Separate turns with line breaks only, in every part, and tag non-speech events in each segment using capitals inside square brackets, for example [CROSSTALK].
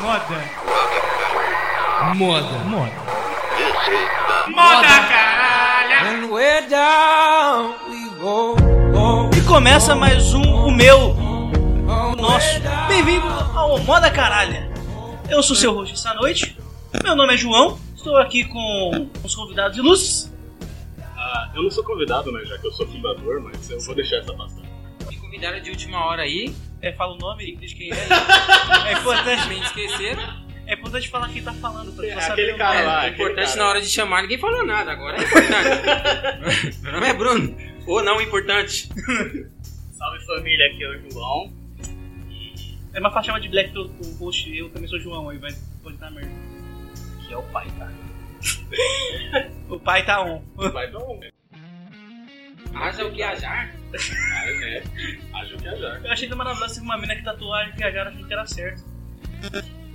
Moda.
Moda.
Moda.
Moda,
caralho!
And we're down, we go. go,
E começa mais um, o meu,
go.
o nosso. Bem-vindo ao Moda Caralha. Eu sou seu host esta noite. Meu nome é João. Estou aqui com os convidados ilustres.
Ah, eu não sou convidado, né? Já que eu sou fundador, mas eu vou deixar essa passar.
Me convidaram de última hora aí,
É, fala o nome e diz
[LAUGHS]
quem é. É importante,
me esqueceram.
é importante falar quem tá falando pra
É,
você
aquele
saber. o
cara
nome.
lá.
É importante
cara.
na hora de chamar, ninguém falou nada, agora é importante. Meu nome é Bruno, ou não importante.
Salve família, aqui é o João.
É uma faixa de Black pelo pelo host. Eu também sou João aí, vai. Pode dar merda. Que é o pai, tá? o pai tá on.
Vai dar um.
Haja o que ajar.
É, é. Acho que é já.
Eu achei que maravilhoso assim, uma mina que tatuagem viajar, achei que era certo.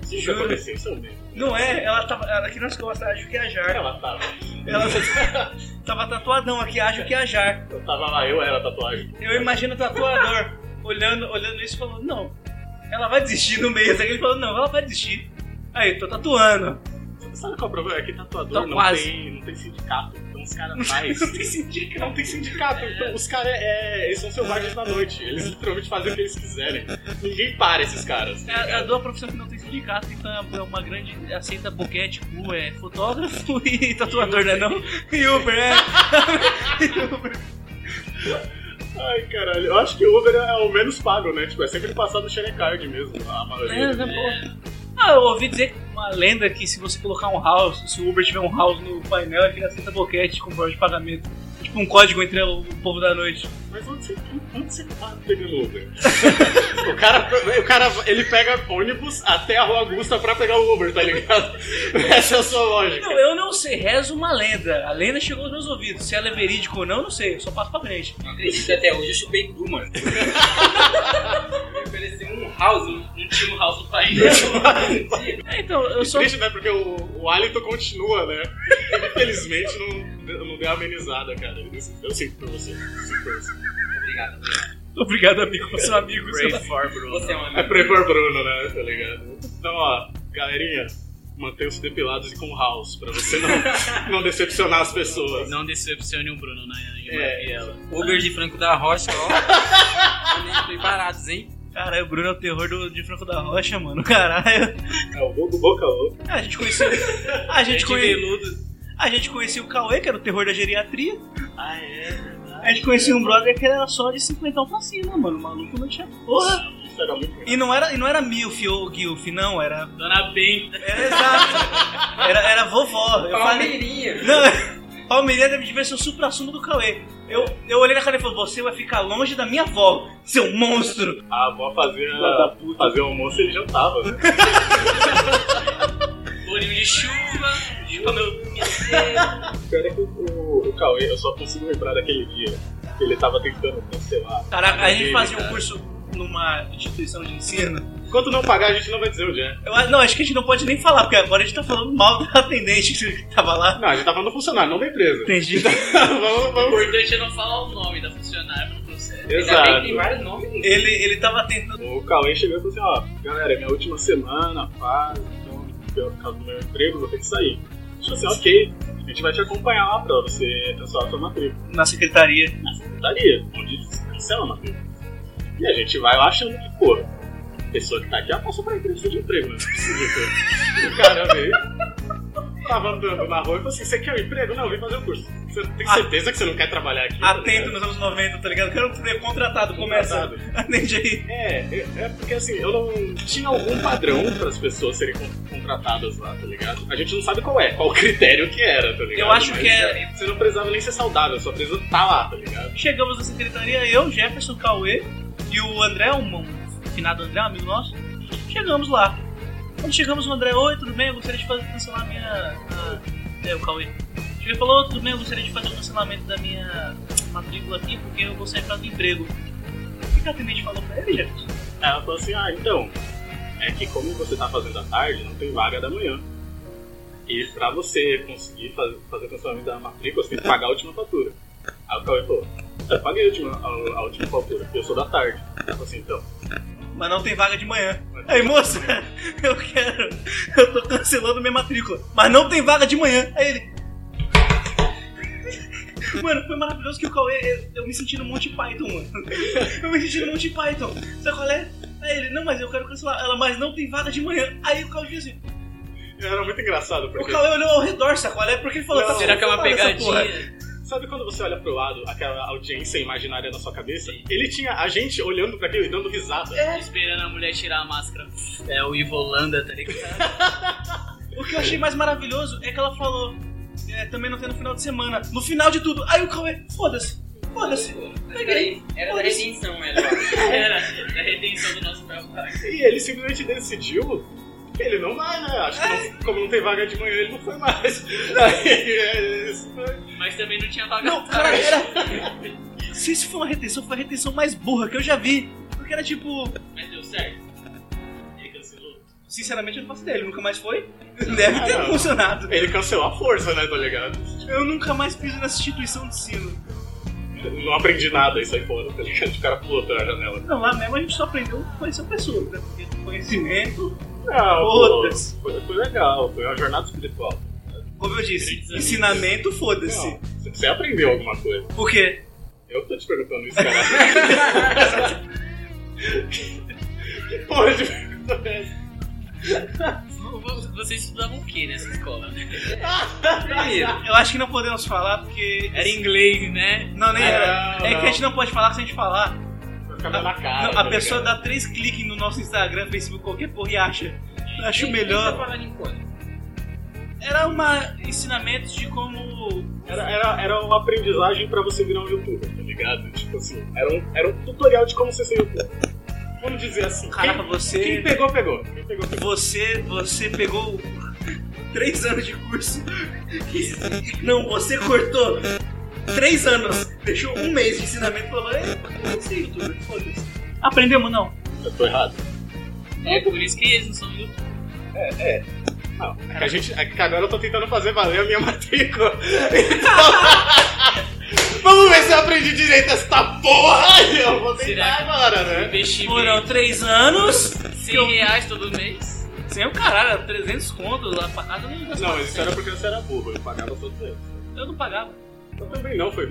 Se isso acontecer, isso eu mesmo.
Não é, ela tava. Ela aqui nas costas, acho que é a Jar.
Ela tava. [LAUGHS]
Ela tava tatuadão aqui, acho que é a Jar.
Eu tava lá, eu era tatuagem.
Eu imagino o tatuador [LAUGHS] olhando, olhando isso e falando, não, ela vai desistir no mês. Aí ele falou, não, ela vai desistir. Aí, tô tatuando. [LAUGHS]
Sabe qual é o problema? É que tatuador
Então,
não,
quase.
tem, não tem sindicato. Então os
[LAUGHS]
caras faz.
Não tem sentido.
Não tem sindicato, então os caras é, eles são selvagens na noite. Eles literalmente fazem o que eles quiserem. Ninguém para esses caras.
É, é a dor profissão que não tem sindicato, então é uma grande. aceita boquete, cu, é fotógrafo [LAUGHS] e tatuador, né? Não? E Uber, é. E Uber.
Ai, caralho. Eu acho que o Uber é o menos pago, né? Tipo, é sempre passado no Sharecard mesmo. A
[LAUGHS]
maioria.
É, na boa. Ah, eu ouvi dizer uma lenda que se você colocar um house, se o Uber tiver um house no painel, ele aceita boquete com bordo de pagamento. Tipo um código entre o povo da noite.
Mas onde você, onde você tá pegando Uber? [LAUGHS] o, cara, o cara, ele pega ônibus até a Rua Augusta pra pegar o Uber, tá ligado? [LAUGHS] Essa é a sua lógica.
Não, eu não sei, rezo uma lenda. A lenda chegou aos meus ouvidos. Se ela é verídica ou não, eu não sei, eu só passo pra frente.
Não acredito até hoje, eu chupei cru, mano. Me ofereceu um house, não tinha um house pra ele.
É, então, eu só.
Triste, né? Porque o, o hálito continua, né? Ele, Infelizmente, não, não deu amenizada, cara. Eu, eu sinto por você. Eu sinto por você.
Obrigado.
Obrigado, amigo, você é um amigo. você é um-
for Bruno.
Você é um
É
amigo.
Pray for Bruno, né? Tá ligado? Então, ó, galerinha, mantenham-se depilados e com house, pra você [LAUGHS] não, não decepcionar as pessoas.
um- Não decepcione o Bruno, né?
É.
E ela.
Uber de Franco da Rocha, ó. preparados, hein?
Caralho, o Bruno é o terror do, de Franco da Rocha, mano. Caralho.
É o gol do boca louca.
A gente conheceu. A gente
Gente
conheceu. A gente conhecia o Cauê, que era o terror da geriatria.
Ah, é?
A gente conhecia um brother que era só de 50 pra cima, mano. O maluco não tinha porra.
Isso era muito
E não era, e não era Milf ou Guilf, não. Era.
Dona Benta.
Era exato. Era, era vovó. Eu falei.
Palmeirinha.
Não, [LAUGHS] Palmeirinha deve devia ser o supra-sumo do Cauê. Eu, eu olhei na cara e falei: Você vai ficar longe da minha avó, seu monstro.
A avó fazia, fazia almoço e ele jantava, né?
Bolinho de chuva. Chuva meu.
O pior é que o, o, o Cauê, eu só consigo lembrar daquele dia que ele tava tentando cancelar.
Caraca, a gente
Maravilha,
fazia um
cara.
curso numa instituição de ensino.
Enquanto não pagar, a gente não vai dizer onde é.
Eu a- não, acho que a gente não pode nem falar, porque agora a gente tá falando mal da atendente que tava lá.
Não, a gente tá falando do funcionário, não da empresa.
Entendi.
Então, vamos,
O
vamos.
importante é não falar o nome da funcionária pro processo.
Ainda bem que
[LAUGHS] Exato.
tem vários nomes.
Ele, ele tava tentando.
O Cauê chegou e falou assim, ó, galera, é minha última semana, paz, então, por causa do meu emprego, vou ter que sair. A gente falou assim, ok, a gente vai te acompanhar lá pra você cancelar a sua matrícula.
na secretaria.
Na secretaria, onde se cancela a matrícula. E a gente vai lá achando que, pô, a pessoa que tá aqui, ela passou pra entrevista de emprego, né? Não precisa de coisa. O cara veio,
[LAUGHS]
tava andando na rua e falou assim, você quer um emprego? Não, eu vim fazer um curso. Você
Ah.
tem certeza que você não quer trabalhar aqui?
Atento nos anos 90, tá ligado? Quero ser contratado, começa.
Contratado.
[LAUGHS] Atende aí.
É, é é porque assim, eu não tinha algum padrão para as pessoas serem con- contratadas lá, tá ligado? A gente não sabe qual é, qual o critério que era, tá ligado?
Eu acho que
é. Você não precisava nem ser saudável, só precisava estar lá, tá ligado?
Chegamos na secretaria, eu, Jefferson, Cauê e o André, um um finado André, um amigo nosso. Chegamos lá. Quando chegamos, o André, oi, tudo bem? Eu gostaria de fazer cancelar a minha. a- É, o Cauê. Chegou e falou, "Oi, tudo bem, eu gostaria de fazer o cancelamento da minha matrícula aqui, porque eu vou sair para o emprego. O que a atendente falou pra ele, Jefferson?
Aí ela falou assim, ah, então, é que como você tá fazendo à tarde, não tem vaga da manhã. E pra você conseguir fazer, fazer o cancelamento da matrícula, você tem que pagar a última fatura. Aí o Cauê falou, eu paguei a última, a, a última fatura, porque eu sou da tarde. Ela falou assim, então,
mas não tem vaga de manhã. Aí, moça, [LAUGHS] eu quero. Eu tô cancelando minha matrícula, mas não tem vaga de manhã. Aí ele. [LAUGHS] Mano, foi maravilhoso que o Cauê. eu- Eu me senti no Monty Python, mano. [LAUGHS] Eu me senti no Monty Python. Sabe qual é? Aí ele, não, mas eu quero cancelar. Ela, mas não tem vaga de manhã. Aí o Cauê disse assim.
Era muito engraçado,
O
porque.
Cauê olhou ao redor, sabe qual é? Porque ele falou,
Não,
tá
Será que é uma
cancelada essa porra.
pegadinha?
Sabe quando você olha pro lado, aquela audiência imaginária na sua cabeça? Ele tinha a gente olhando pra aquilo e dando risada.
Esperando a mulher tirar a máscara. É o Ivolanda, tá ligado?
O que eu achei mais maravilhoso é que ela falou, é, também não tem no final de semana. No final de tudo, aí o Cauê, foda-se, foda-se. Peguei.
Peraí, era da redenção, né? era.
Era a redenção do nosso trabalho.
E ele simplesmente decidiu que ele não vai, né? Acho que não- como não tem vaga de manhã, ele não foi mais. [LAUGHS] Aí, é, isso foi-
Mas também não tinha vaga
Não, cara, era. Se isso foi uma retenção, foi a retenção mais burra que eu já vi. Porque era tipo,
Mas deu certo. Ele cancelou.
sinceramente eu não faço ideia, ele nunca mais foi. [LAUGHS] Deve ter
Ah, não.
funcionado.
Ele cancelou a força, né? Tá ligado?
Eu nunca mais piso nessa instituição de ensino.
Não aprendi nada isso aí fora, tá ligado? O cara pulou pela janela.
Não, lá mesmo a gente só aprendeu a conhecer pessoas, né? Porque Conhecimento,
Não, Ah, pô,
foda-se.
foi, foi legal, foi uma jornada espiritual.
Como eu disse, ensinamento, foda-se.
Não, você aprendeu alguma coisa.
Por quê?
Eu tô te perguntando isso, cara. que porra de pergunta é essa?
Vocês estudavam o que nessa escola, né?
Eu acho que não podemos falar porque
Era inglês, né?
Não, nem
Ah,
era.
não,
é
não.
que a gente não pode falar se a gente falar.
Vai ficar na cara.
Não,
tá
a pessoa
ligado?
dá três cliques no nosso Instagram, Facebook, qualquer porra e acha. Eu acho
Tá
melhor.
falando em quando?
Era uma ensinamentos de como.
Era, era, era uma aprendizagem pra você virar um youtuber, tá ligado? Tipo assim, era um, era um tutorial de como você ser youtuber. Vamos dizer assim.
Caraca,
quem, quem
você.
pegou, pegou. Quem pegou, pegou.
Você. Você pegou três anos de curso. Não, você cortou três anos. Deixou um mês de ensinamento e falou, é, eu sei, youtuber, foda-se. Aprendemos não.
Eu tô errado.
É por isso que eles não são do.
Não, é que, a gente, é que agora eu tô tentando fazer valer a minha [LAUGHS] matrícula. Então, [LAUGHS] vamos ver se eu aprendi direito essa porra. Eu vou tentar
Será que-
agora, né?
Investimento.
Foram três anos.
100 reais todo mês.
Sem é o caralho, era 300 contos lá pra casa. Não,
Não, mas isso era porque você era burro, eu pagava todos eles.
eu não pagava.
Eu também não, foi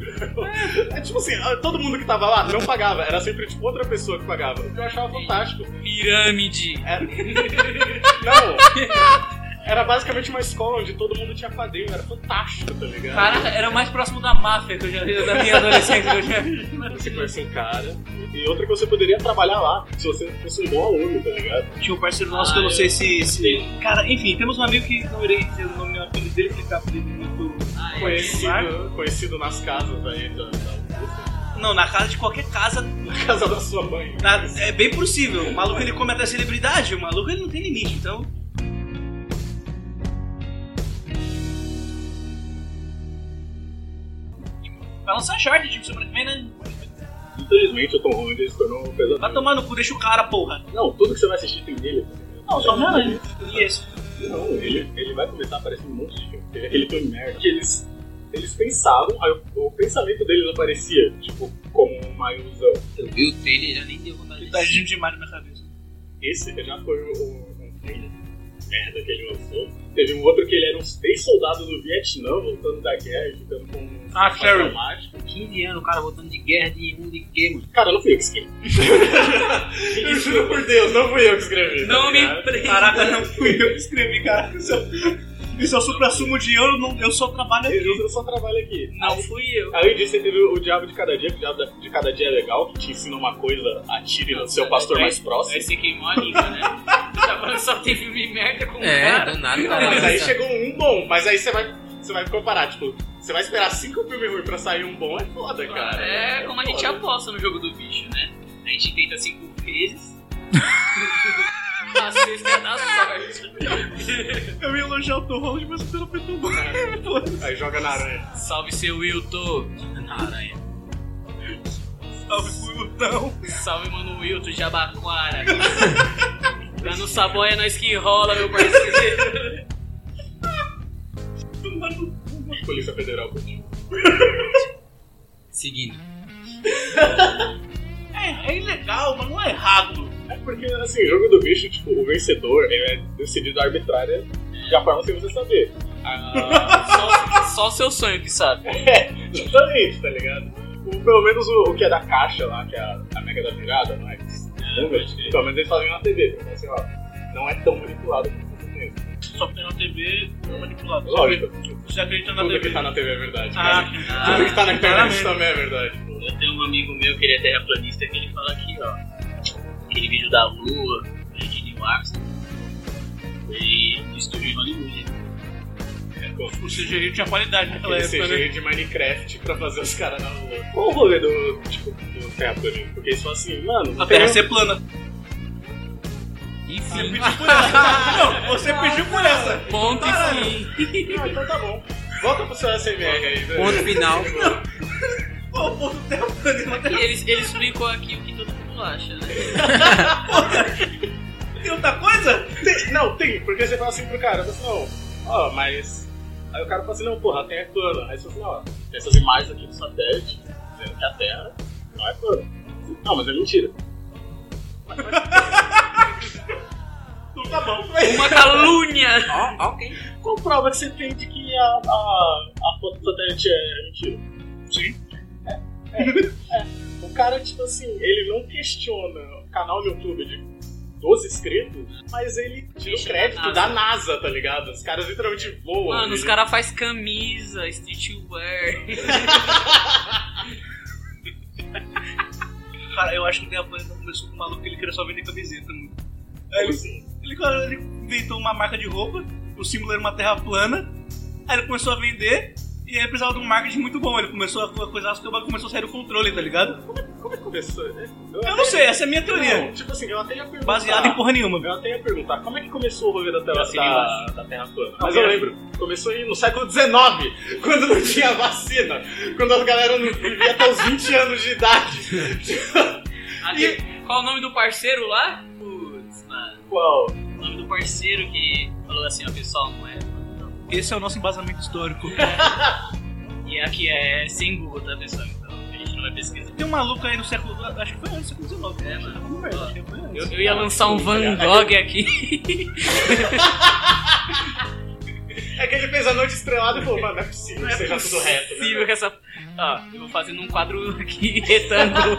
É tipo assim, todo mundo que tava lá não pagava, era sempre tipo outra pessoa que pagava. O que eu achava fantástico.
Pirâmide.
Era... Não! Era basicamente uma escola onde todo mundo tinha quadrinho, era fantástico, tá
Ah,
ligado?
Caraca, era o mais próximo da máfia que eu já vi, da minha adolescência que eu já vi.
Você conhece um cara. E outra que você poderia trabalhar lá, se você fosse um bom aluno, tá ligado?
Tinha um parceiro nosso que eu não sei se, se- Cara, enfim, temos um amigo que não irei dizer o nome nem o apelido dele, que ele tá apelido muito.
Conhecido, conhecido nas casas aí, da, da-
Não, na casa de qualquer casa,
na casa [LAUGHS] da sua mãe.
na- é bem possível. O maluco ele come até celebridade, o maluco ele não tem limite, então. Vai lançar short, tipo, semana que vem, né?
Infelizmente o Tom Holland ele se tornou um
Vai
pesadelo.
tomar no cu, deixa o cara, porra.
Não, tudo que você vai assistir tem dele.
Não, só não, né? E esse?
Não, ele, ele vai começar a aparecer um monte de filme. Ele, ele foi merda. Que eles, eles pensavam, aí o, o pensamento deles aparecia, tipo, como uma ilusão.
Eu vi o trailer já nem deu vontade
Tá agindo demais na minha cabeça.
Esse já foi o, o, um trailer merda que ele lançou. Teve um outro que ele era um ex-soldado do Vietnã voltando da guerra e ficando com um
Ah,
sinal
Cheryl.
traumático.
15 anos o cara voltando de guerra de um de quê, mano?
Cara, não fui eu que escrevi. [LAUGHS] eu juro por Deus, não fui eu que escrevi. Tá
Não me
Cara,
prenda.
Caraca, não fui eu que escrevi, caraca. Isso, é- isso é supra sumo de eu, não, eu só trabalho aqui.
Eu só trabalho aqui.
Não fui eu.
Além disso, você teve o Diabo de Cada Dia, que o Diabo de Cada Dia é legal, que te ensina uma coisa, atire no seu pastor mais
Aí
próximo.
você queimou a língua, né? [LAUGHS] Já falou, só tem filme merda com o
É,
cara.
do nada.
Não, mas aí chegou um bom, mas aí você vai, você vai comparar, tipo, você vai esperar cinco filmes ruins pra sair um bom, é foda, cara.
É como a gente
foda.
aposta no jogo do bicho, né? A gente tenta cinco [LAUGHS] vezes. a sexta é da sorte.
Eu ia elogiar o Tom Holland, mas o cara foi tão bom.
Aí joga na aranha.
Salve seu Wilton. Na aranha.
Salve pro um Lutão.
Salve, mano Wilton, Jabaquara. Lá no Saboia é nós que rola, meu parceiro.
Tipo, Polícia Federal.
Seguindo.
É, é ilegal, mas não é errado.
É porque, assim, jogo do bicho, tipo, o vencedor ele é decidido arbitrária de a forma sem você saber.
Ah, só, só seu sonho que sabe.
Exatamente, tá ligado? O- pelo menos o, o que é da caixa lá, que é a, a mega da virada, mas.
Ah,
Pelo menos eles fazem na TV, então, sei lá, não é tão manipulado como você pensa.
Só porque na TV não é manipulado.
Lógico,
Você acredita na
tudo que
TV?
tá na TV é verdade.
Ah,
cara.
ah,
tudo que tá na
claramente.
internet também é verdade.
Eu tenho um amigo meu que ele é terraplanista que ele fala aqui, ó. Aquele vídeo da Lua, de Neil Armstrong, foi no estúdio em Hollywood.
O CGI tinha qualidade naquela
é Aquele
época, né?
CG de Minecraft pra fazer os caras na rua. Qual o rolê do, tipo, do terraplanismo? Porque eles falam assim, mano,
A Terra ser plana. Você
Enfim,
pediu por essa. Não, você pediu por essa.
ponto
Caralho.
e fim.
Ah, então tá bom. Volta pro seu SMR aí, velho.
Ponto final.
Pô, o povo Terra plana.
E ele, ele explicou aqui o que todo mundo acha, né?
Tem outra coisa?
Tem- não, tem, porque você fala assim pro cara, você não, ó, mas. Aí o cara fala assim, não, porra, a Terra é plana. Aí você fala assim, ó, tem essas imagens aqui do satélite dizendo que a Terra não é plana. Não, mas é mentira. [LAUGHS] Então tá bom. Mas
Uma [LAUGHS] calúnia!
Ó, ok.
qual prova que você tem de que a, a, a foto do satélite é mentira? Sim. É, é, é. O cara, tipo assim, ele não questiona o canal do YouTube de 12 inscritos, mas ele tira o
Deixa
crédito
na
da NASA, tá ligado? Os caras literalmente voam.
Mano, os
Ele-
caras fazem camisa, streetwear.
Cara, eu acho que o Terra plana começou com um maluco que ele queria só vender camiseta. mano. Aí
assim,
ele, ele, cara, ele inventou uma marca de roupa, o símbolo era uma Terra plana. Aí ele começou a vender. E aí precisava de um marketing muito bom. Ele começou a co- coisar as coisas, começou a sair do controle, tá ligado?
Como é que começou, né?
Eu não sei, essa é a minha
Não,
teoria.
tipo assim, eu até ia perguntar.
Baseada em porra nenhuma.
Eu até ia perguntar, como é que começou o rolê da Terra,
Assim,
da, da terra plana? Mas
Não,
eu
é.
lembro, começou aí no século XIX, quando não tinha vacina, quando a galera não vivia até os 20 anos de idade.
Ali- Qual o nome do parceiro lá? Putz, mano.
Qual?
O nome do parceiro que falou assim, ó, pessoal, não é.
Esse é o nosso embasamento histórico.
E aqui é sem Google, tá, pessoal? Então a gente não vai pesquisar.
Tem um maluco aí no século. Acho que foi antes, século XIX.
É, mano.
Não, velho, acho que foi antes.
Eu, eu ia lançar um Van Gogh aqui. [LAUGHS]
É que ele fez a noite estrelada e falou, mano, não é possível
Não
que
é
seja tudo reto. né?
possível que essa. Ó, eu vou fazer num quadro aqui [LAUGHS] retângulo.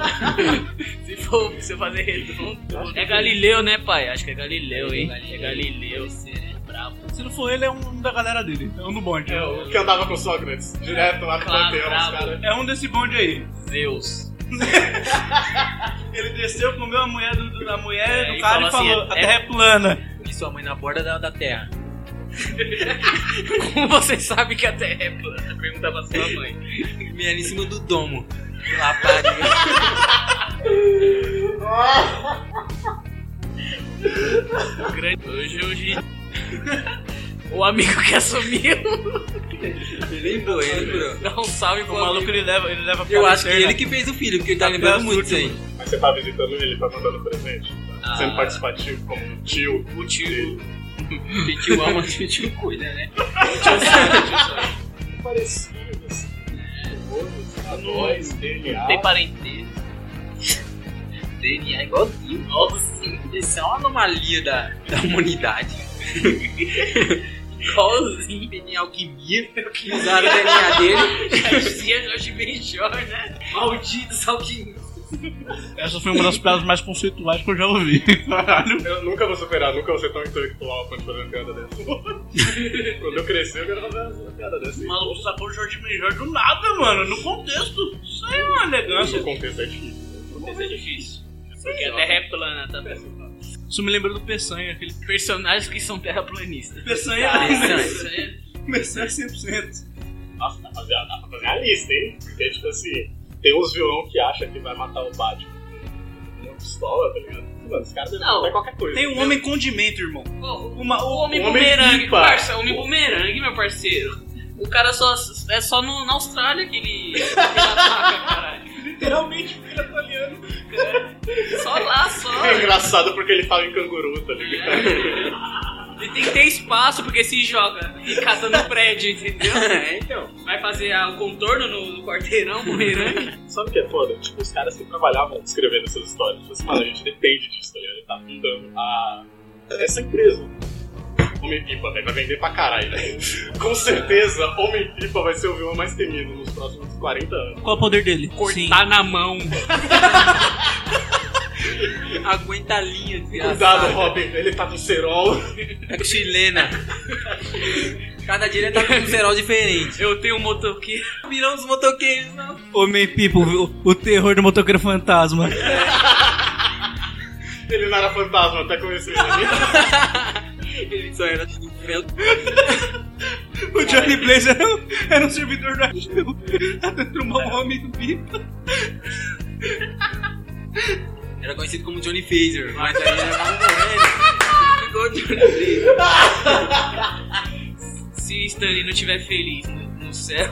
se, for, se eu fazer redondo. É Galileu, né, pai? Acho que é Galileu, hein? É Galileu, você é bravo.
Se não for ele, é um da galera dele. É um do bonde.
É, o que andava com Sócrates, direto lá no
Claro,
Panteão, os
bravo.
caras.
É um desse bonde aí.
Zeus.
Ele desceu, comeu a mulher do, do- da mulher
É,
do
e
cara e
falou assim,
falou: a
é-
terra é plana.
E sua mãe na borda da, da terra.
Como [LAUGHS] você sabe que a Terra é plana? Pergunta pra sua mãe.
Me era em cima do domo. Que Rapariga.
Grande. Hoje, hoje. [LAUGHS] O amigo que assumiu.
Lembrou, [LAUGHS] ele lembrou.
Dá um salve pro
O maluco
amigo.
ele leva, ele leva pra
Eu acho que
Lucerna.
ele que fez o filho, porque ele tá lembrando muito isso aí.
Mas você tá visitando ele, tá mandando presente, tá
Ah.
sendo participativo como um tio. O tio.
Tio ama, [LAUGHS] tio cuida, né?
Parecidos. Todos, anões, DNA.
Tem parentesco. [LAUGHS] DNA igualzinho. Nossa,
é Isso é uma anomalia da, da humanidade.
igualzinho.
Em alquimia, que usaram o DNA dele.
Já dizia é Jorge Benjor, né? Malditos alquimistas.
né? Essa foi uma das piadas mais conceituais que eu já ouvi. Caralho.
Eu nunca vou superar, nunca vou ser tão intelectual pra fazer uma piada dessa. Quando eu crescer, eu quero fazer uma piada dessa.
O maluco sacou o Jorge Benjor do [LAUGHS] nada, mano. No contexto. Isso aí é uma
Nossa, o
elegância.
contexto é difícil.
Isso é difícil. Porque a Terra é plana, tá, pessoal?
Isso me lembra do Peçanha, aquele.
Personagens que são terraplanistas.
Peçanha. [LAUGHS]
Peçanha.
Peçanha 100%.
Nossa, dá pra fazer, dá pra fazer a lista, hein? Porque, tipo assim, tem uns vilão que acha que vai matar o Batman com uma pistola, tá ligado? Mano, os caras devem
Não.
matar qualquer coisa.
Tem um homem condimento, irmão.
Pô,
Uma-
o homem
homem
bumerangue,
pipa.
parça. Homem bumerangue, meu parceiro. O cara só. É só no, na Austrália que ele. [LAUGHS] que ele ataca, caralho.
Literalmente, porque ele é italiano.
Só lá, só.
É engraçado porque ele fala em canguru, tá ligado?
Ele tem que ter espaço porque se joga e casa no prédio,
[LAUGHS]
entendeu?
É, então.
Vai fazer ah, o contorno no, no quarteirão,
[LAUGHS]
né? bumerangue.
Sabe o que é foda? Tipo, os caras que trabalhavam escrevendo essas histórias. Tipo assim, mano, a gente depende disso, tá ligado? tá fundando a, essa empresa. Homem-Pipa, velho, vai vender pra caralho, velho. [LAUGHS] Com certeza, Homem-Pipa vai ser o vilão mais temido nos próximos 40 anos.
Qual é o poder dele?
Cortar na mão.
Aguenta a linha, desgraçado.
Cuidado, Robin, ele tá com cerol.
Chilena. Cada dia ele tá com um cerol diferente.
Eu tenho um motoqueiro.
Viramos os motoqueiros, não.
Homem Pipo, o, o terror do motoqueiro fantasma.
Ele não era fantasma, até conheci ele.
Ele só era tipo, do inferno.
[LAUGHS] O Johnny Blaze era, um- era um servidor da Shell. Transformou um homem Pipo.
Era conhecido como Johnny Phaser, mas aí era mal morrendo. Ficou Johnny Phaser.
Se Stanley não estiver feliz no,
[LAUGHS]
no céu,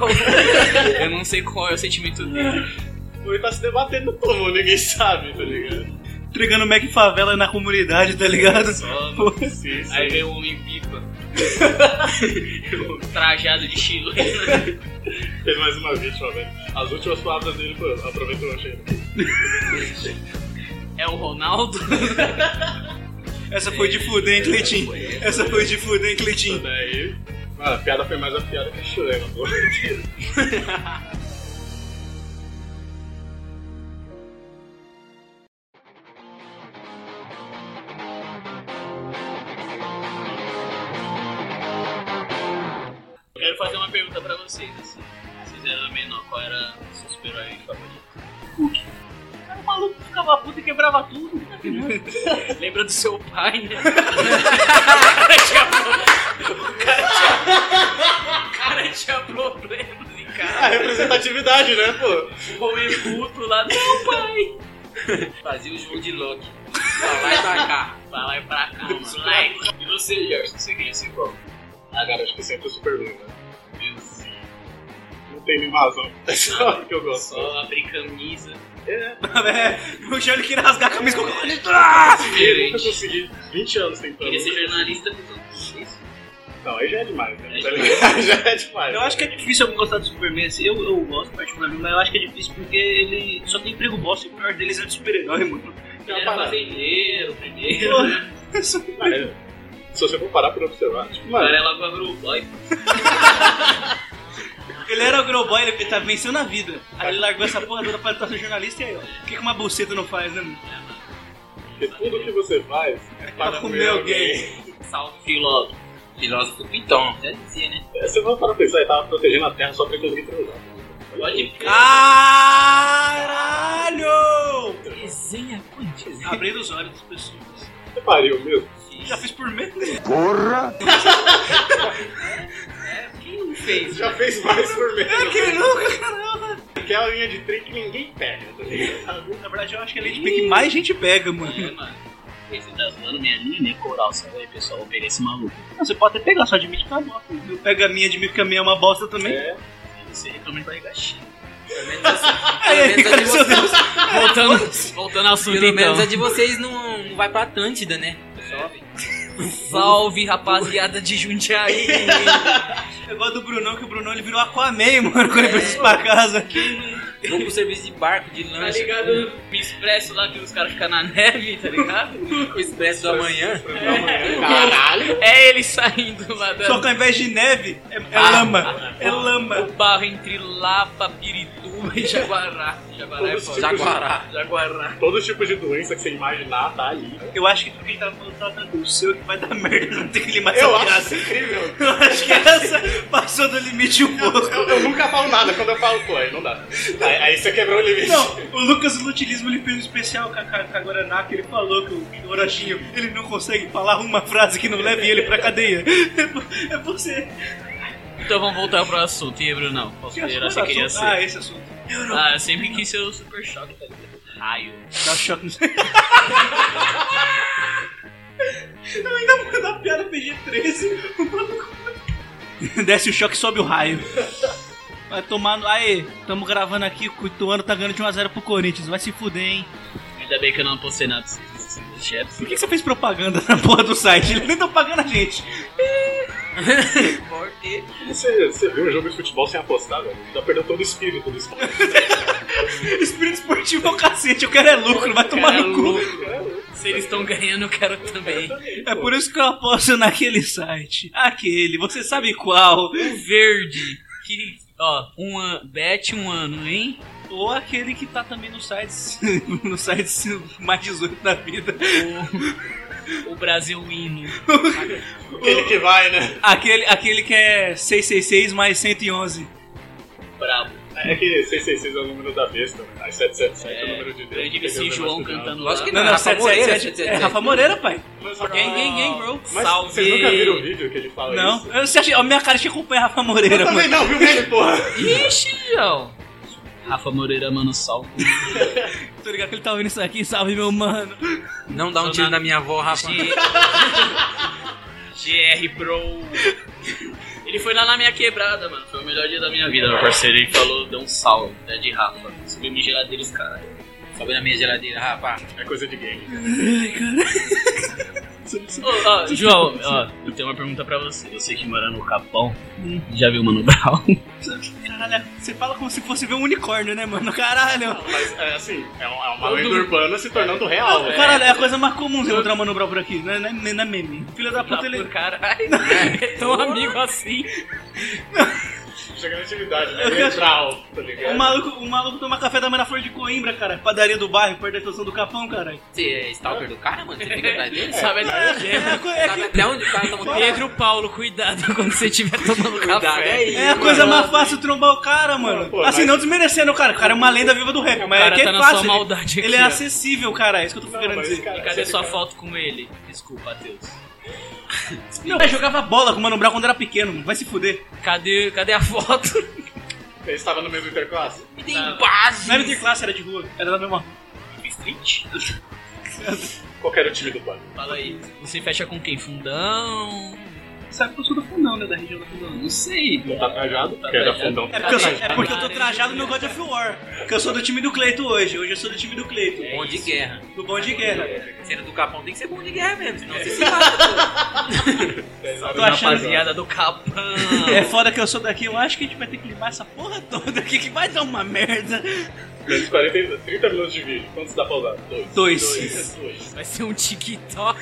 eu não sei qual é o sentimento dele.
[LAUGHS] Ele tá se debatendo no túmulo, ninguém sabe, tá ligado?
Entregando Mac Favela na comunidade, tá ligado? Pô,
Sim, sim.
Aí vem o homem pipa.
[LAUGHS]
[LAUGHS] Trajado de chilena.
Fez mais uma vítima, velho. As últimas palavras dele foram: aproveita o lancheiro.
É o Ronaldo?
Essa foi de fuder, hein, Cleitinho? Essa foi de fuder, hein, Cleitinho?
Daí. Mano, a piada foi mais a piada que a chilena, pô. [LAUGHS]
Quero fazer uma pergunta pra vocês. Assim. Vocês eram menor, qual era o seu super-herói favorito?
Era um maluco que ficava puto e quebrava tudo.
[LAUGHS] Lembra do seu pai, né? [LAUGHS] o cara tinha, o cara tinha, o cara tinha problemas em
A
casa.
representatividade, né, pô?
Homem puto lá do seu pai.
Fazia o jogo de Loki. Pra lá e pra cá.
Pra lá e pra cá, mano.
E você, Gerson, você queria ser qual?
é Ah, cara, acho que sempre é super bem, né? Não tem nenhuma [LAUGHS] razão. É só que eu gosto.
Só abrir camisa.
[LAUGHS] É, o Johnny queria rasgar a camisa com
Eu nunca
Diferente.
consegui 20 anos tentando.
Queria ser jornalista com tudo isso.
Não, aí já é demais, né? Tá ligado? [LAUGHS] Já é demais.
Eu acho que é difícil alguém gostar do Superman, assim, eu, eu gosto particularmente, mas eu acho que é difícil porque ele só tem emprego bosta e o pior deles é de super-herói, mano. [LAUGHS]
Ele era
parada.
fazendeiro primeiro.
Porra.
Ah, é. Se você for parar pra observar, tipo,
O
mano,
cara é logo agroboy.
Ele era o girl boy, ele tá vencendo a vida. Aí ele largou essa porra toda pra estar sendo jornalista e aí, ó. O que, que uma buceta não faz, né, mano?
porque tudo que você faz é para
Pra comer alguém.
Salve, filósofo.
Filósofo Piton. Deve ser, né?
É, Você vai parar pra pensar, ele tava protegendo a terra só pra conseguir transar.
Pode crer.
Caralho!
Resenha quântica.
Abrindo os olhos das pessoas.
Você pariu mesmo?
Já fiz por um medo.
Quem não fez?
Já fez mais [LAUGHS] por menos.
Que nunca, caramba!
Que é a linha de trem que ninguém pega, tá ligado?
Na verdade, eu acho que ele é de que mais gente pega,
É,
mano.
mano. Esse tá zoando minha linha, né? Coral, sabe aí, pessoal? Vou pegar esse maluco. né?
Não, você pode até pegar, só admite que é uma bosta. Eu pego a minha, admito que a minha é uma bosta também.
É.
Você reclama pra gatinho.
Pelo menos assim.
Aí,
Pelo menos a
cara,
de
seu
vocês-
Deus.
Voltando, voltando ao assunto,
Pelo menos a
então.
de vocês não, não vai pra Atlântida, né? Salve, rapaziada de Jundiaí.
[LAUGHS] Eu gosto do Brunão, que o Brunão ele virou Aquaman, mano, quando ele foi pra casa.
Vou pro serviço de barco, de
Tá
lancha.
ligado? Me expresso lá que os caras ficam na neve, tá ligado?
O expresso da manhã.
É. Caralho!
É ele saindo lá da.
Só que ao invés de neve, é, é lama. É lama.
O barro entre Lapa, Pirituba e Jaguará. Jaguará é foda.
Jaguará.
Jaguará.
Todo tipo de doença que você imaginar tá ali.
Eu acho que tá tudo que ele tava falando tava tranquilo. O seu é que vai dar merda, não tem clima
Eu
essa
acho incrível.
piada. Eu acho que essa passou do limite um pouco.
Eu, eu nunca falo nada quando eu falo, pô, aí não dá. Aí, aí você quebrou o limite.
Não, o Lucas Lutilismo ele fez um especial com a, com a- com a Guaraná que ele falou que o Orochinho ele não consegue falar uma frase que não leve ele pra cadeia. É você.
Então vamos voltar pro assunto. E aí, Brunão? Qual super-herói você queria
Assunto-
ser?
Ah, esse assunto.
Ah, eu sempre quis ser o Super Choque, tá ligado? Raio.
Dá choque no. [LAUGHS] Eu ainda mando a piada PG-13. o maluco- Desce o choque, sobe o raio. Vai tomando. Aê, tamo gravando aqui, o Ituano tá ganhando de 1x0 pro Corinthians. Vai se fuder, hein?
Ainda bem que eu não postei nada desses objetos.
Por que, que você fez propaganda na porra do site? Eles nem tão pagando a gente.
Forte.
Você, você viu um jogo de futebol sem apostar, velho? Já perdeu todo o espírito do esporte.
Espírito esportivo é o cacete, eu quero é lucro, vai tomar
Cara,
no cu.
louco. Se eles estão ganhando, eu quero também.
É por isso que eu aposto naquele site. Aquele, você sabe qual.
O verde. Que, ó, um ano. Bet um ano, hein?
Ou aquele que tá também no site. [LAUGHS] No site mais 18 da vida.
O, o Brasil hino.
Aquele que vai, né?
Aquele, aquele que é 666 mais 111.
Brabo.
É que 666 é o número da besta, né? Aí 777 é, o número de Deus.
Eu digo assim,
Entendeu?
João
Não.
cantando lá.
Lógico que
Não,
não,
não,
Rafa Moreira,
777. É Rafa Moreira, pai.
Mas só-
Gang, gang, gang, bro.
Mas
Salve.
vocês nunca viram o vídeo que ele fala
Não.
isso?
Eu, você acha, a minha cara te acompanha Rafa Moreira,
Eu também
mano.
não, viu mesmo, porra?
Ixi, João. Rafa Moreira, mano, um salve.
Tô ligado que ele tá ouvindo isso aqui. Salve, meu mano.
Não dá um tiro na minha avó, Rafa.
GR Bro. Ele foi lá na minha quebrada, mano. Foi o melhor dia da minha vida, meu parceiro. Ele falou, deu um salve, né, de Rafa. Subiu minha geladeira, os caras.
Sobe na minha geladeira, Rafa.
É coisa de gang.
Ô, ó, João, ó, eu tenho uma pergunta pra você. Você que mora no Capão, já viu o Mano Brown?
Caralho, você fala como se fosse ver um unicórnio, né, mano? Caralho.
Mas é assim, é uma, é uma
Todo-
lenda urbana se tornando real. né?
Caralho, é a coisa mais comum você encontrar Mano Brown por aqui. Não é, não é- não é meme. Filho da puta, ele...
Tá Caralho, [LAUGHS] é tão amigo assim.
Chega na atividade, né? Lembral, tá ligado?
O maluco, o maluco toma café da manhã na Folha de Coimbra, cara. Padaria do bairro, perto da estação do Capão, cara.
Você é stalker do cara, mano? Você fica atrás dele?
Sabe até onde
É,
é.
a co- é
Sabe
que-
até onde o cara tá tomando
Pedro Paulo, cuidado [LAUGHS] quando você estiver tomando café.
isso.
é a coisa mais fácil trombar o cara, mano.
Pô,
assim,
mas-
não desmerecendo o cara. O cara é uma lenda viva do rap, mas
cara
é que
tá
é
na
fácil.
sua
ele-
maldade
ele
aqui,
é
ó.
acessível, cara. É isso que eu tô querendo
mas,
dizer.
cara,
E cadê
você
sua
fica-
foto com ele? Desculpa, Matheus.
Meu pai jogava bola com o Mano Brown quando era pequeno, mano. Vai se fuder.
Cadê, cadê a foto? [LAUGHS]
Ele estava no mesmo interclasse?
Me dê em paz.
Não era de classe, era de rua. Era da mesma.
Street?
Qual que era o time do Pano?
Fala aí. Você fecha com quem? Fundão?
Sabe que eu sou do fundão, né? Da região do fundão.
Não sei.
Não tá trajado, porque era
trajado.
fundão.
É porque, eu sou,
Caralho.
é porque eu tô trajado no God of War. Porque eu sou do time do Cleito hoje. Hoje eu sou do time do Cleito.
Bom de guerra.
Do bom de guerra.
Cena do Capão tem que ser bom de guerra mesmo, senão você se mata.
Tô achando.
Rapaziada do Capão.
É foda que eu sou daqui, eu acho que a gente vai ter que limpar essa porra toda aqui, que vai dar uma merda.
Menos 40, 30 minutos de vídeo. Quantos dá pra usar? Dois.
Dois.
Dois. Dois.
Vai ser um TikTok.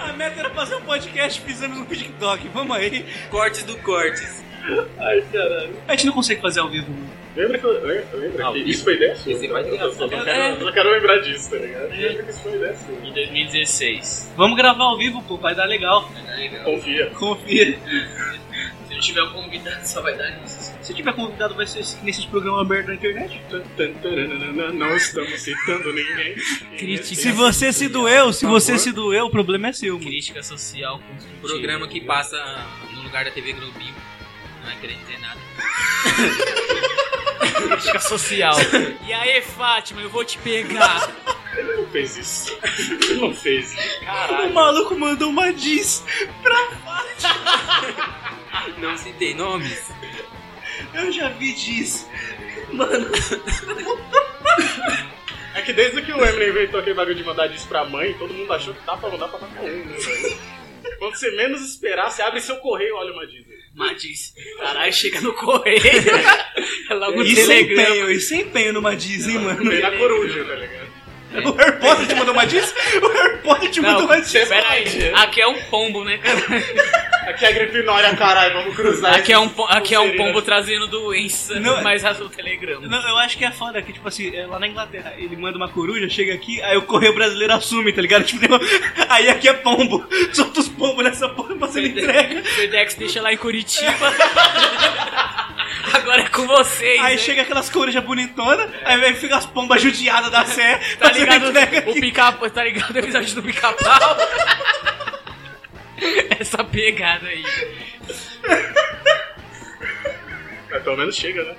A meta era fazer um podcast, fizemos um TikTok, vamos aí.
Cortes do Cortes.
Ai, caralho.
A gente não consegue fazer ao vivo. mano.
Lembra que, eu- lembra- lembra
Ah,
que
o-
isso foi ideia sua?
Esse
né?
vai ter
eu, só
razão.
quero, eu só quero lembrar disso, tá ligado? Lembra que isso foi ideia sua.
Em 2016.
Vamos gravar ao vivo, pô, vai dar legal.
Confia.
Confia.
Se eu tiver um convidado, só vai dar nisso.
Se tiver convidado, vai ser nesses programas abertos na internet.
Tan, tan, taranana, Não estamos citando ninguém.
Critique.
Se você se doeu, se você se doeu, o problema é seu, mano.
Crítica social construtiva.
Programa que passa no lugar da TV Globinho. Não é querer dizer nada.
[LAUGHS] Crítica social. E aí, Fátima, eu vou te pegar.
Ele não fez isso. Ele não fez isso.
O maluco mandou uma diz.
Não citei nomes.
Eu já vi diz.
É que desde que o Eminem inventou aquele bagulho de mandar disso pra mãe, todo mundo achou que dá pra mandar pra qualquer um, né, velho? Quando você menos esperar, você abre seu correio e olha uma Disney.
Matiz. Caralho, chega no
[LAUGHS]
correio. É logo o
Isso é
Telegram.
empenho, isso é empenho numa diz, hein, mano. [LAUGHS]
Vem na coruja, tá ligado?
O Harry Potter te mandou uma diz? O Harry Potter te mandou
Não,
uma diz.
pera aí. Aqui é um pombo, né, cara?
Aqui é a Gripinória, caralho, vamos cruzar.
Aqui é um, po- aqui é um
Pulseira.
pombo trazendo doença,
Não, é-
mas azul telegrama.
Não, eu acho que é foda que, tipo assim, é, lá na Inglaterra, ele manda uma coruja, chega aqui, aí o correio brasileiro assume, tá ligado? [LAUGHS] Tipo, tem uma- aí aqui é pombo. Solta os pombos nessa porra pra ser
[LAUGHS]
entrega.
FedEx deixa lá em Curitiba. [LAUGHS] Agora é com vocês.
Aí
hein?
chega aquelas corujas bonitonas, aí vem fica as pombas judiadas da [LAUGHS] sé,
Tá
pra ser
ligado?
entrega
O
aqui.
pica tá ligado o episódio do pica-pau? [LAUGHS] Essa pegada aí.
Mas pelo menos chega, né?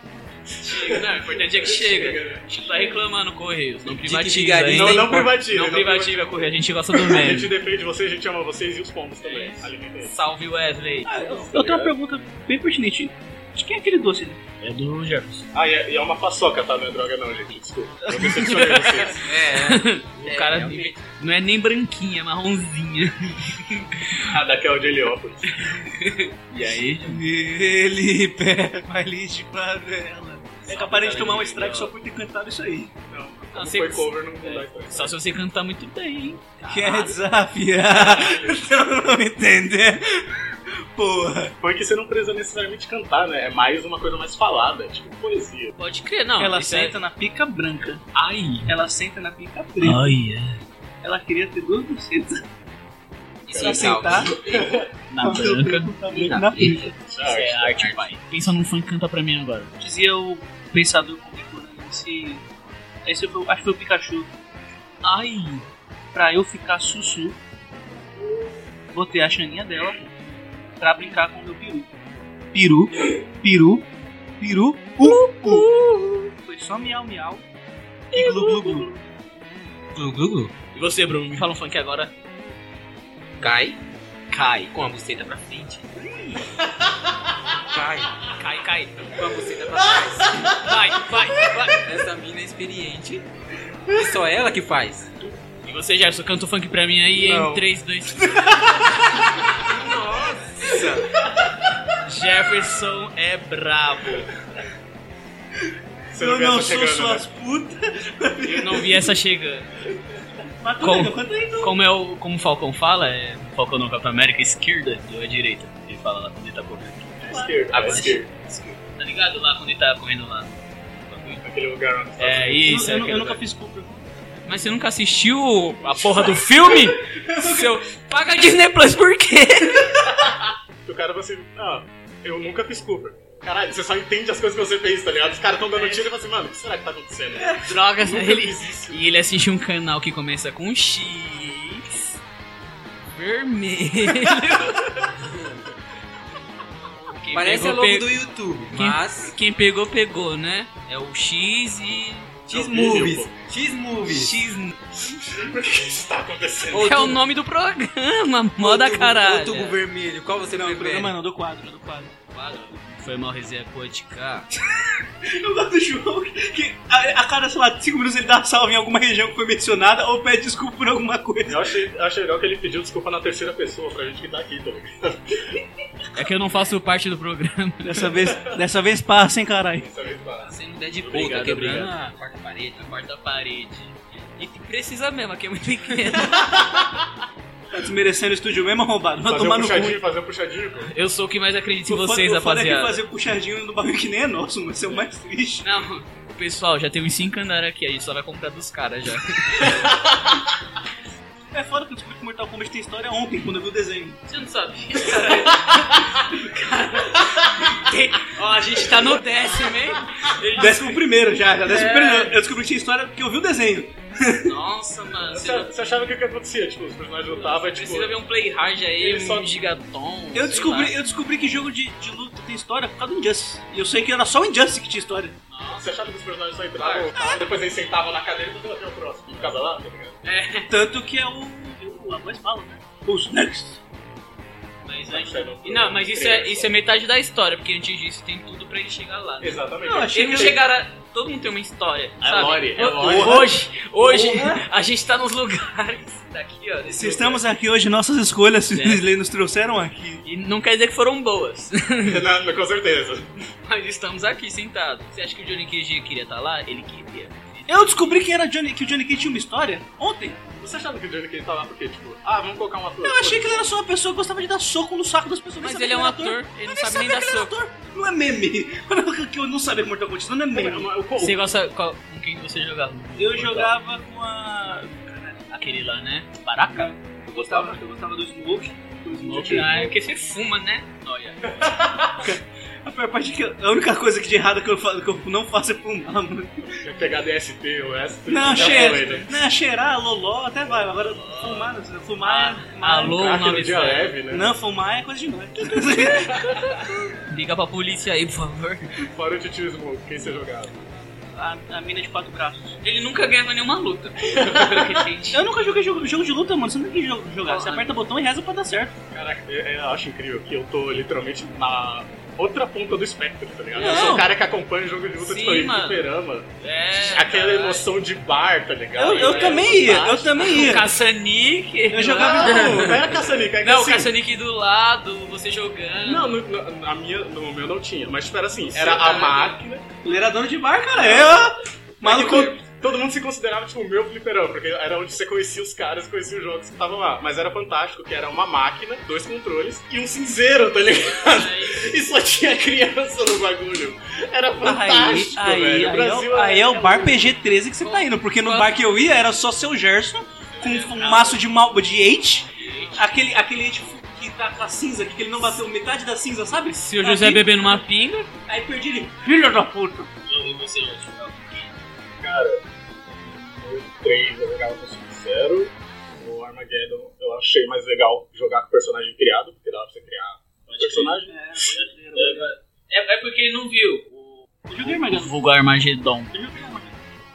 Chega, não, o importante é que chega. A gente tá reclamando, Correios. Não privatiza,
Vigarista,
hein?
Não, não privatiza.
Não privatiza, Correio. A gente
[LAUGHS]
gosta do
A gente
meme.
defende vocês, a gente ama vocês e os pombos também. Alimenta eles.
Salve Wesley.
Eu tenho uma pergunta bem pertinente. De quem é aquele doce?
É do Jefferson.
Ah, e é, e é uma paçoca, tá? Não é droga não, gente. Desculpa. Eu decepcionei
[LAUGHS]
vocês.
É,
O cara não é nem branquinha, é marronzinha.
Ah, daqui é o de Heliópolis.
E aí?
Ele
[LAUGHS]
pega uma lista de favela. É capaz de tomar um strike só por ter cantado isso aí.
Não,
Não,
Não
se-
foi cover, não dá
Ah,
então.
é, Só se você cantar muito bem, hein?
Quer
[LAUGHS]
desafiar? [LAUGHS] Eu não entender. Porra.
Funk você não precisa necessariamente cantar, né? É mais uma coisa mais falada, tipo poesia.
Pode crer, não.
ela
isso é-
senta na pica branca.
Ai.
Ela senta na pica preta.
Ai, é.
Ela queria ter duas bucetas.
Isso
Pra
é
sentar.
calma.
[LAUGHS] Na branca.
Na pica.
Isso
Isso é
né?
arte, pai. Pensa num funk
tá
canta pra mim agora.
Dizia o pensador contemporâneo. Esse, esse foi, acho que foi o Pikachu.
Ai.
Pra eu ficar sussu, botei a chaninha dela pra brincar com o meu peru. Peru, peru, peru, uh, uh. Foi só miau, miau. E glu, glu, glu.
E você, Bruno? Me fala um funk agora.
Cai
Cai.
com a buceta pra [LAUGHS] frente.
Cai, cai.
Com a buceta pra trás.
Vai, vai, vai.
Essa mina é experiente. E só ela que faz.
E você, Gerson, canta o funk pra mim aí em
Não. [LAUGHS]
3, 2.
Nossa!
Jefferson é brabo.
Você
Eu
vê essa
não sou
chegando, né?
suas putas.
Eu não vi essa chegando.
Mas tu
Com-
lembra, canta aí tu.
Como, é o, como o Falcão fala, é Falcão não Capitão América, esquerda, eu é direita. Ele fala lá quando ele tá correndo.
É Esquerda,
Ah,
à esquerda.
Tá ligado lá quando ele tá correndo lá?
Aquele lugar onde
É
Eu-
isso.
eu,
é
nu- eu
aquele
nunca
lugar.
fiz culpa.
Mas você nunca assistiu a porra do [LAUGHS] filme? Seu... Paga Disney Plus por quê?
o cara fala assim, ah, eu nunca fiz Cooper. Caralho, você só entende as coisas que você fez, tá ligado? Os caras tão
É.
dando tiro e falam assim, mano, o que será que tá acontecendo?
[LAUGHS] Drogas,
Nunca
ele...
fiz isso.
E ele assiste um canal que começa com X... [LAUGHS] Vermelho... Quem
Parece a
pegou,
logo
pe-
do YouTube,
Quem-
mas.
Quem pegou, pegou, né? É o X e...
X-Movies!
Pô,
X-Movies!
X
[LAUGHS] Por que isso tá acontecendo?
É o nome do programa, [LAUGHS] moda
Outubro-
caralho. É.
Outubro vermelho, qual você
Não, do
prefere?
programa não, do quadro, do quadro.
Foi mal resenha Potica.
Eu gosto do João que a, a cada, sei lá, 5 minutos ele dá salve em alguma região que foi mencionada ou pede desculpa por alguma coisa.
Eu achei, eu achei legal que ele pediu desculpa na terceira pessoa pra gente que tá aqui, tá ligado? [LAUGHS]
É que eu não faço parte do programa.
Dessa vez, dessa vez passa, hein, caralho.
Essa vez tá.
Você não der de boa,
Obrigado,
tá quebrando
obrigado.
a quarta parede.
Porta parede. E precisa mesmo, aqui é muito pequeno.
Tá desmerecendo o estúdio mesmo, arrombado. Vai
Fazer um
tomar no cu.
puxadinho, fazer um puxadinho, pô.
[LAUGHS] Eu sou o que mais acredita em
O foda-
vocês,
o foda é que
rapaziada.
fazer puxadinho no bagulho que nem é nosso, mas é o mais triste.
Não, pessoal, já tem uns 5 andares aqui, a gente só vai comprar dos caras já.
É foda que eu descobri que Mortal Kombat tem história ontem, quando eu vi o desenho.
Você não sabe. [LAUGHS] Ó, a gente tá no décimo, hein?
Décimo primeiro já, já décimo
É.
primeiro. Eu descobri que tinha história porque eu vi o desenho.
Nossa, mano. Você,
Você, você achava que o que acontecia? Tipo, os personagens lutavam, e, tipo...
precisa ver um play hard aí, um
Ele só-
gigaton.
Eu
sei lá.
descobri, eu descobri que jogo de, de luta tem história por causa do Injustice. E eu sei que era só o Injustice que tinha história.
Você achava que os personagens só entravam, lutavam, depois eles sentavam na cadeira e tudo até o próximo. E ficava lá, tá ligado?
Tanto que é o. o a voz fala, né? Os Next.
Mas
Vai
aí-
sair no-
É. Não, mas isso é, isso é metade da história, porque antes disso tem tudo pra ele chegar lá. Né?
Exatamente.
Não, achei
Eles não
que.
chegaram a... Todo mundo tem uma história, sabe?
lore, é
Ho-
lore.
Hoje, hoje, a gente tá nos lugares [LAUGHS] daqui, ó. nesse
Se
lugar.
estamos aqui hoje, nossas escolhas
É.
eles nos trouxeram aqui.
E não quer dizer que foram boas,
[LAUGHS]
[LAUGHS]
Não, não, com certeza.
mas estamos aqui sentados. Você acha que o Johnny Cage queria estar lá? Ele queria.
Eu descobri que, era Johnny, que o Johnny Cage tinha uma história ontem.
Você achava que o Johnny Cage tava lá porque, tipo, ah, vamos colocar um ator.
Eu achei que ele era só uma pessoa que gostava de dar soco no saco das pessoas.
Mas
sabia
ele é
que
um
era
ator, ele não
Eu nem
sabe nem
sabia
dar
que ele era
soco.
ator. Não é meme. [LAUGHS] O que eu não sabia que Mortal Kombat não é meme.
O, o,
Você gosta... Qual, com quem você jogava?
Eu jogava com a.
Aquele lá, né?
Baraka. Eu gostava, eu gostava do Smoke. Do Smoke.
Ah, é porque você fuma, né? Olha.
A pior parte é que eu- a única coisa que de errado que eu, fa- que eu não faço é fumar, mano.
pegar DST ou S.
Não,
já falei,
cheira.
né?
Não, é cheirar, loló, até vai. Agora fumar, não sei, fumar, é- fumar é-
Alô,
Ah, que
nome
no dia
certo.
leve, né?
Não, fumar é coisa de
[LAUGHS]
nós.
Liga pra polícia aí, por favor.
Fora o Titio Smoke, quem você jogava?
a, a mina de quatro braços.
Ele nunca ganhava nenhuma
[LAUGHS]
luta. Pelo que entendi.
Eu nunca joguei jogo, jogo de luta, mano. Você não né? tem que jo- jogar. Você
Ah.
aperta o botão e reza pra dar certo.
Caraca, eu, eu acho incrível que eu tô literalmente na outra ponta do espectro, tá ligado? Eu
Não.
sou o cara que acompanha o jogo de luta
Sim,
de Torre
mano.
Fliperama.
É,
Aquela
caralho.
emoção de bar, tá ligado?
Eu, eu
É,
também ia, eu também ia.
Caçanique.
Eu jogava de
Não, não era caçanica, é que
Não, o
assim,
caçanique do lado, você jogando.
Não, no, no- na minha, no meu não tinha, mas tipo, era assim,
Sim,
era a
cara.
máquina.
Ele era dono de bar, cara. Eu. É, Maluco.
Mas, tipo, Todo mundo se considerava, tipo, o meu fliperama, porque era onde você conhecia os caras, conhecia os jogos que estavam lá. Mas era fantástico, que era uma máquina, dois controles e um cinzeiro, tá ligado? [LAUGHS] E só tinha criança no bagulho. Era fantástico,
aí,
velho.
aí,
o Brasil
é, o- aí é
era-
o bar PG-13 que você tá indo, porque no bar que eu ia era só seu Gerson com um maço de mal de eight, aquele aquele eight que tá com a cinza, que ele não bateu metade da cinza, sabe?
Se o José
aí,
bebendo uma pinga,
aí perdi ele.
filho da puta.
E você já tinha um Cara, eu três eu jogava com Sub-Zero. No Armageddon eu achei mais legal jogar com personagem criado, porque dava pra você criar um personagem.
É, é porque ele não viu. O-
Eu joguei Armageddon.
Vulgar
é
Armagedon.
Eu joguei Armageddon.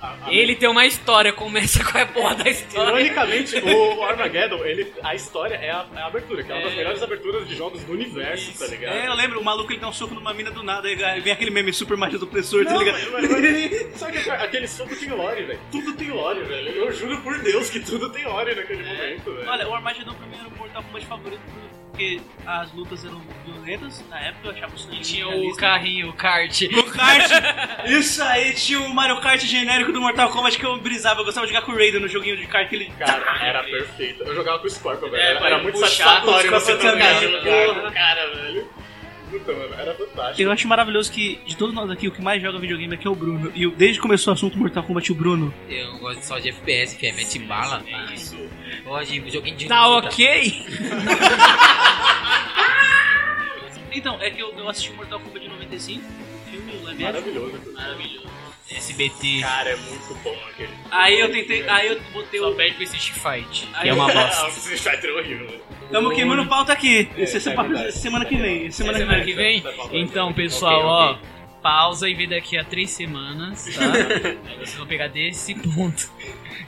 Ah,
Ele tem uma história, começa com a porra da história.
Ironicamente,
[LAUGHS]
o Armageddon, ele, a história é a, é a abertura, que é uma das
É.
melhores aberturas de jogos do universo, tá ligado?
É, eu lembro, o maluco ele dá um soco numa mina do nada, aí aí vem aquele meme super magia do opressor, tá
Não,
ligado?
mas- mas- mas-
[LAUGHS]
Só que aquele soco tem lore, velho. Tudo tem lore, velho. Eu juro por Deus que tudo tem lore naquele momento, velho.
É. Olha, o Armageddon pra mim era o Mortal Kombat favorito, porque as lutas eram violentas, na época eu achava isso
E tinha o carrinho, o kart.
O kart! Isso aí, tinha o Mario Kart genérico do Mortal Kombat que eu brisava. Eu gostava de jogar com o Raiden no joguinho de kart que ele.
Cara, era perfeito. Eu jogava com o Scorpion, velho.
É,
Era,
pra
era
ele
muito
puxar,
satisfatório
puxar
você
pra
trocar de
caminhar,
lugar
porra.
com o cara, velho. Puta, mano, era
[LAUGHS]
fantástico.
Eu acho maravilhoso que de todos nós aqui, o que mais joga videogame aqui é o Bruno. E o- desde que começou o assunto Mortal Kombat, o Bruno.
Eu gosto só de FPS, que é mete bala. pá. Gosto de joguinho de.
Tá
luta.
ok?
Então, é que eu, eu assisti Mortal Kombat de 95, filme, o live action.
Maravilhoso. inclusive.
Maravilhoso.
SBT.
Cara, é muito bom aquele.
Aí eu tentei, aí eu botei
Só
o.
perde pro Street Fight.
Aí
Que é uma
eu-
[LAUGHS]
bosta.
Ah, o Street Fighter é horrível.
Tamo queimando pauta aqui.
É,
Esse é,
é
papo-
verdade.
semana que vem. Semana que
Semana que
vem.
vem? Então, pessoal,
Ok,
ó. Pausa e vê daqui a três semanas, tá? Aí vocês vão pegar desse ponto.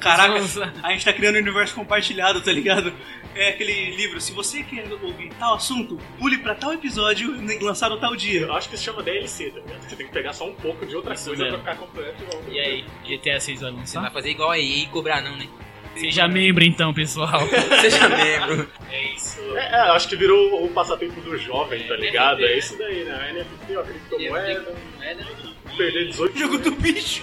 Caraca,
Vocês vão-
a gente tá criando um universo compartilhado, tá ligado? É aquele livro. Se você quer ouvir tal assunto, pule pra tal episódio lançado tal dia. [LAUGHS]
Eu acho que se chama DLC, tá ligado? Você tem que pegar só um pouco de outra
Isso
coisa
mesmo.
pra ficar completo. igual.
E aí, GTA 6 vai
Você não
Tá.
lançar?
vai fazer igual aí e cobrar, não, né?
Seja membro então, pessoal.
Seja membro.
É, é, eu acho que virou o passatempo do jovem, tá ligado? É isso daí, né? NFT, ó, criptomoeda, é,
é, né?
perder 18,
Jogo do bicho.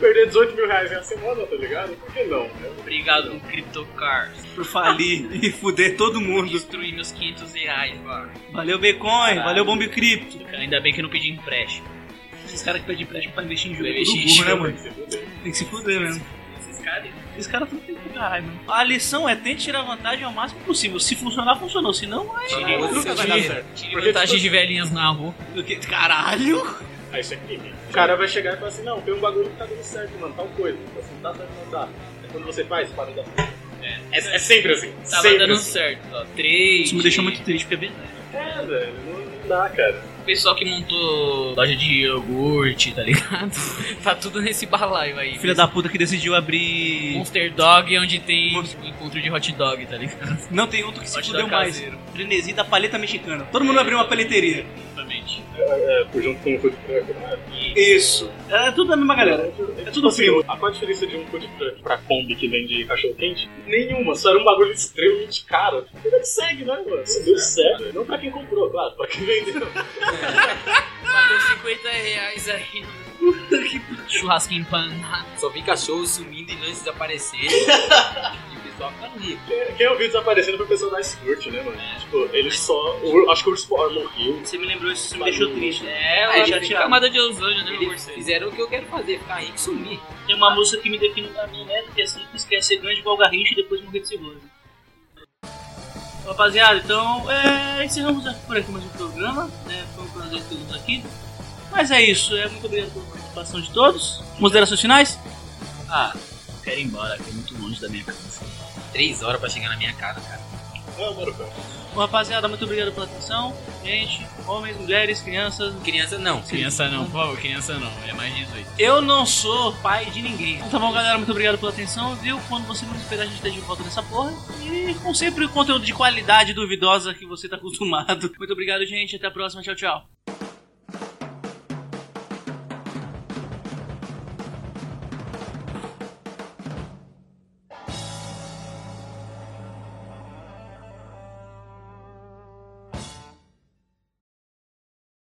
perder 18 mil reais em a semana, tá ligado? Por que não? né?
Obrigado, CryptoCars.
Por falir [LAUGHS] e fuder todo mundo.
Destruir meus 500 reais, mano.
Valeu, Bitcoin. Valeu, Bomb Cripto.
Ainda bem que eu não pedi empréstimo.
Esses caras que pedem empréstimo pra investir em jogo.
Pra
é tudo
investir em
burro, né,
jogo.
mano? Tem que se fuder mesmo.
Esses caras.
Esses caras tudo tem que caralho, mano. A lição é tente tirar vantagem ao máximo possível. Se funcionar, funcionou. Se não, é.
Tirei o
Nunca
seu
vai dar
dinheiro.
certo.
Tire
Porque,
vantagem de velhinhas na rua.
Do que- Caralho!
Ah, isso é crime. O cara vai chegar e falar assim, não, tem um bagulho que tá dando certo, mano, tal coisa. Tipo Assim, tá certo, não tá. É quando você faz, para de dar certo. É, é sempre assim.
Tava
sempre
dando
assim.
certo, ó. Três.
Isso me deixou muito triste, porque é verdade.
É, velho, não não dá, cara.
O pessoal que montou loja de iogurte, tá ligado? [LAUGHS] tá tudo nesse balaio aí.
Filha da puta que decidiu abrir.
Monster Dog, onde tem o encontro de hot dog, tá ligado?
Não, tem outro que se
Hot
fudeu
dog
mais.
caseiro.
Frenesi da paleta mexicana. Todo mundo abriu uma paleteria.
Exatamente.
É, por junto com o food truck, né?
Isso. É tudo da mesma galera.
É
tudo
assim,
primo.
a qual a diferença de um food truck pra Kombi que vende cachorro-quente? Nenhuma, só era um bagulho extremamente caro. Vida que segue, né, mano? Se deu certo. Não pra quem comprou, claro, pra quem vendeu.
Bateu 50 reais aí no churrasco empanado.
Só vi cachorro sumindo e lances desaparecendo. e o pessoal fica rico.
Quem eu vi desaparecendo foi o pessoal da Squirt, né, mano? Tipo, eles só. o- acho que o Urso Polar morreu.
Você me lembrou isso, você me deixou triste.
É,
Ah,
uma
ele
fica-
camada de Osanja, né, meu
Eles
parceiro?
fizeram o que eu quero fazer, ficar rico e sumir.
Tem uma música que me define pra mim, né? Que é simples, que é ser grande igual o Garrincha e depois morrer de cebola. Rapaziada, então é, encerramos por aqui mais um programa. né? Foi um prazer tê-los aqui. Mas é isso. É, muito obrigado pela participação de todos. Considerações finais?
Ah, eu quero ir embora, que é muito longe da minha casa.
Três horas pra chegar na minha casa, cara.
Não, mano, cara.
Bom, rapaziada, muito obrigado pela atenção. Gente, homens, mulheres, crianças.
Criança não.
Criança não, por favor, criança não. É mais 18.
Eu não sou pai de ninguém. Então, tá bom, galera. Muito obrigado pela atenção, viu? Quando você menos esperar, a gente tá de volta nessa porra. E, [LAUGHS] como sempre, o conteúdo de qualidade duvidosa que você tá acostumado. Muito obrigado, gente. Até a próxima. Tchau, tchau.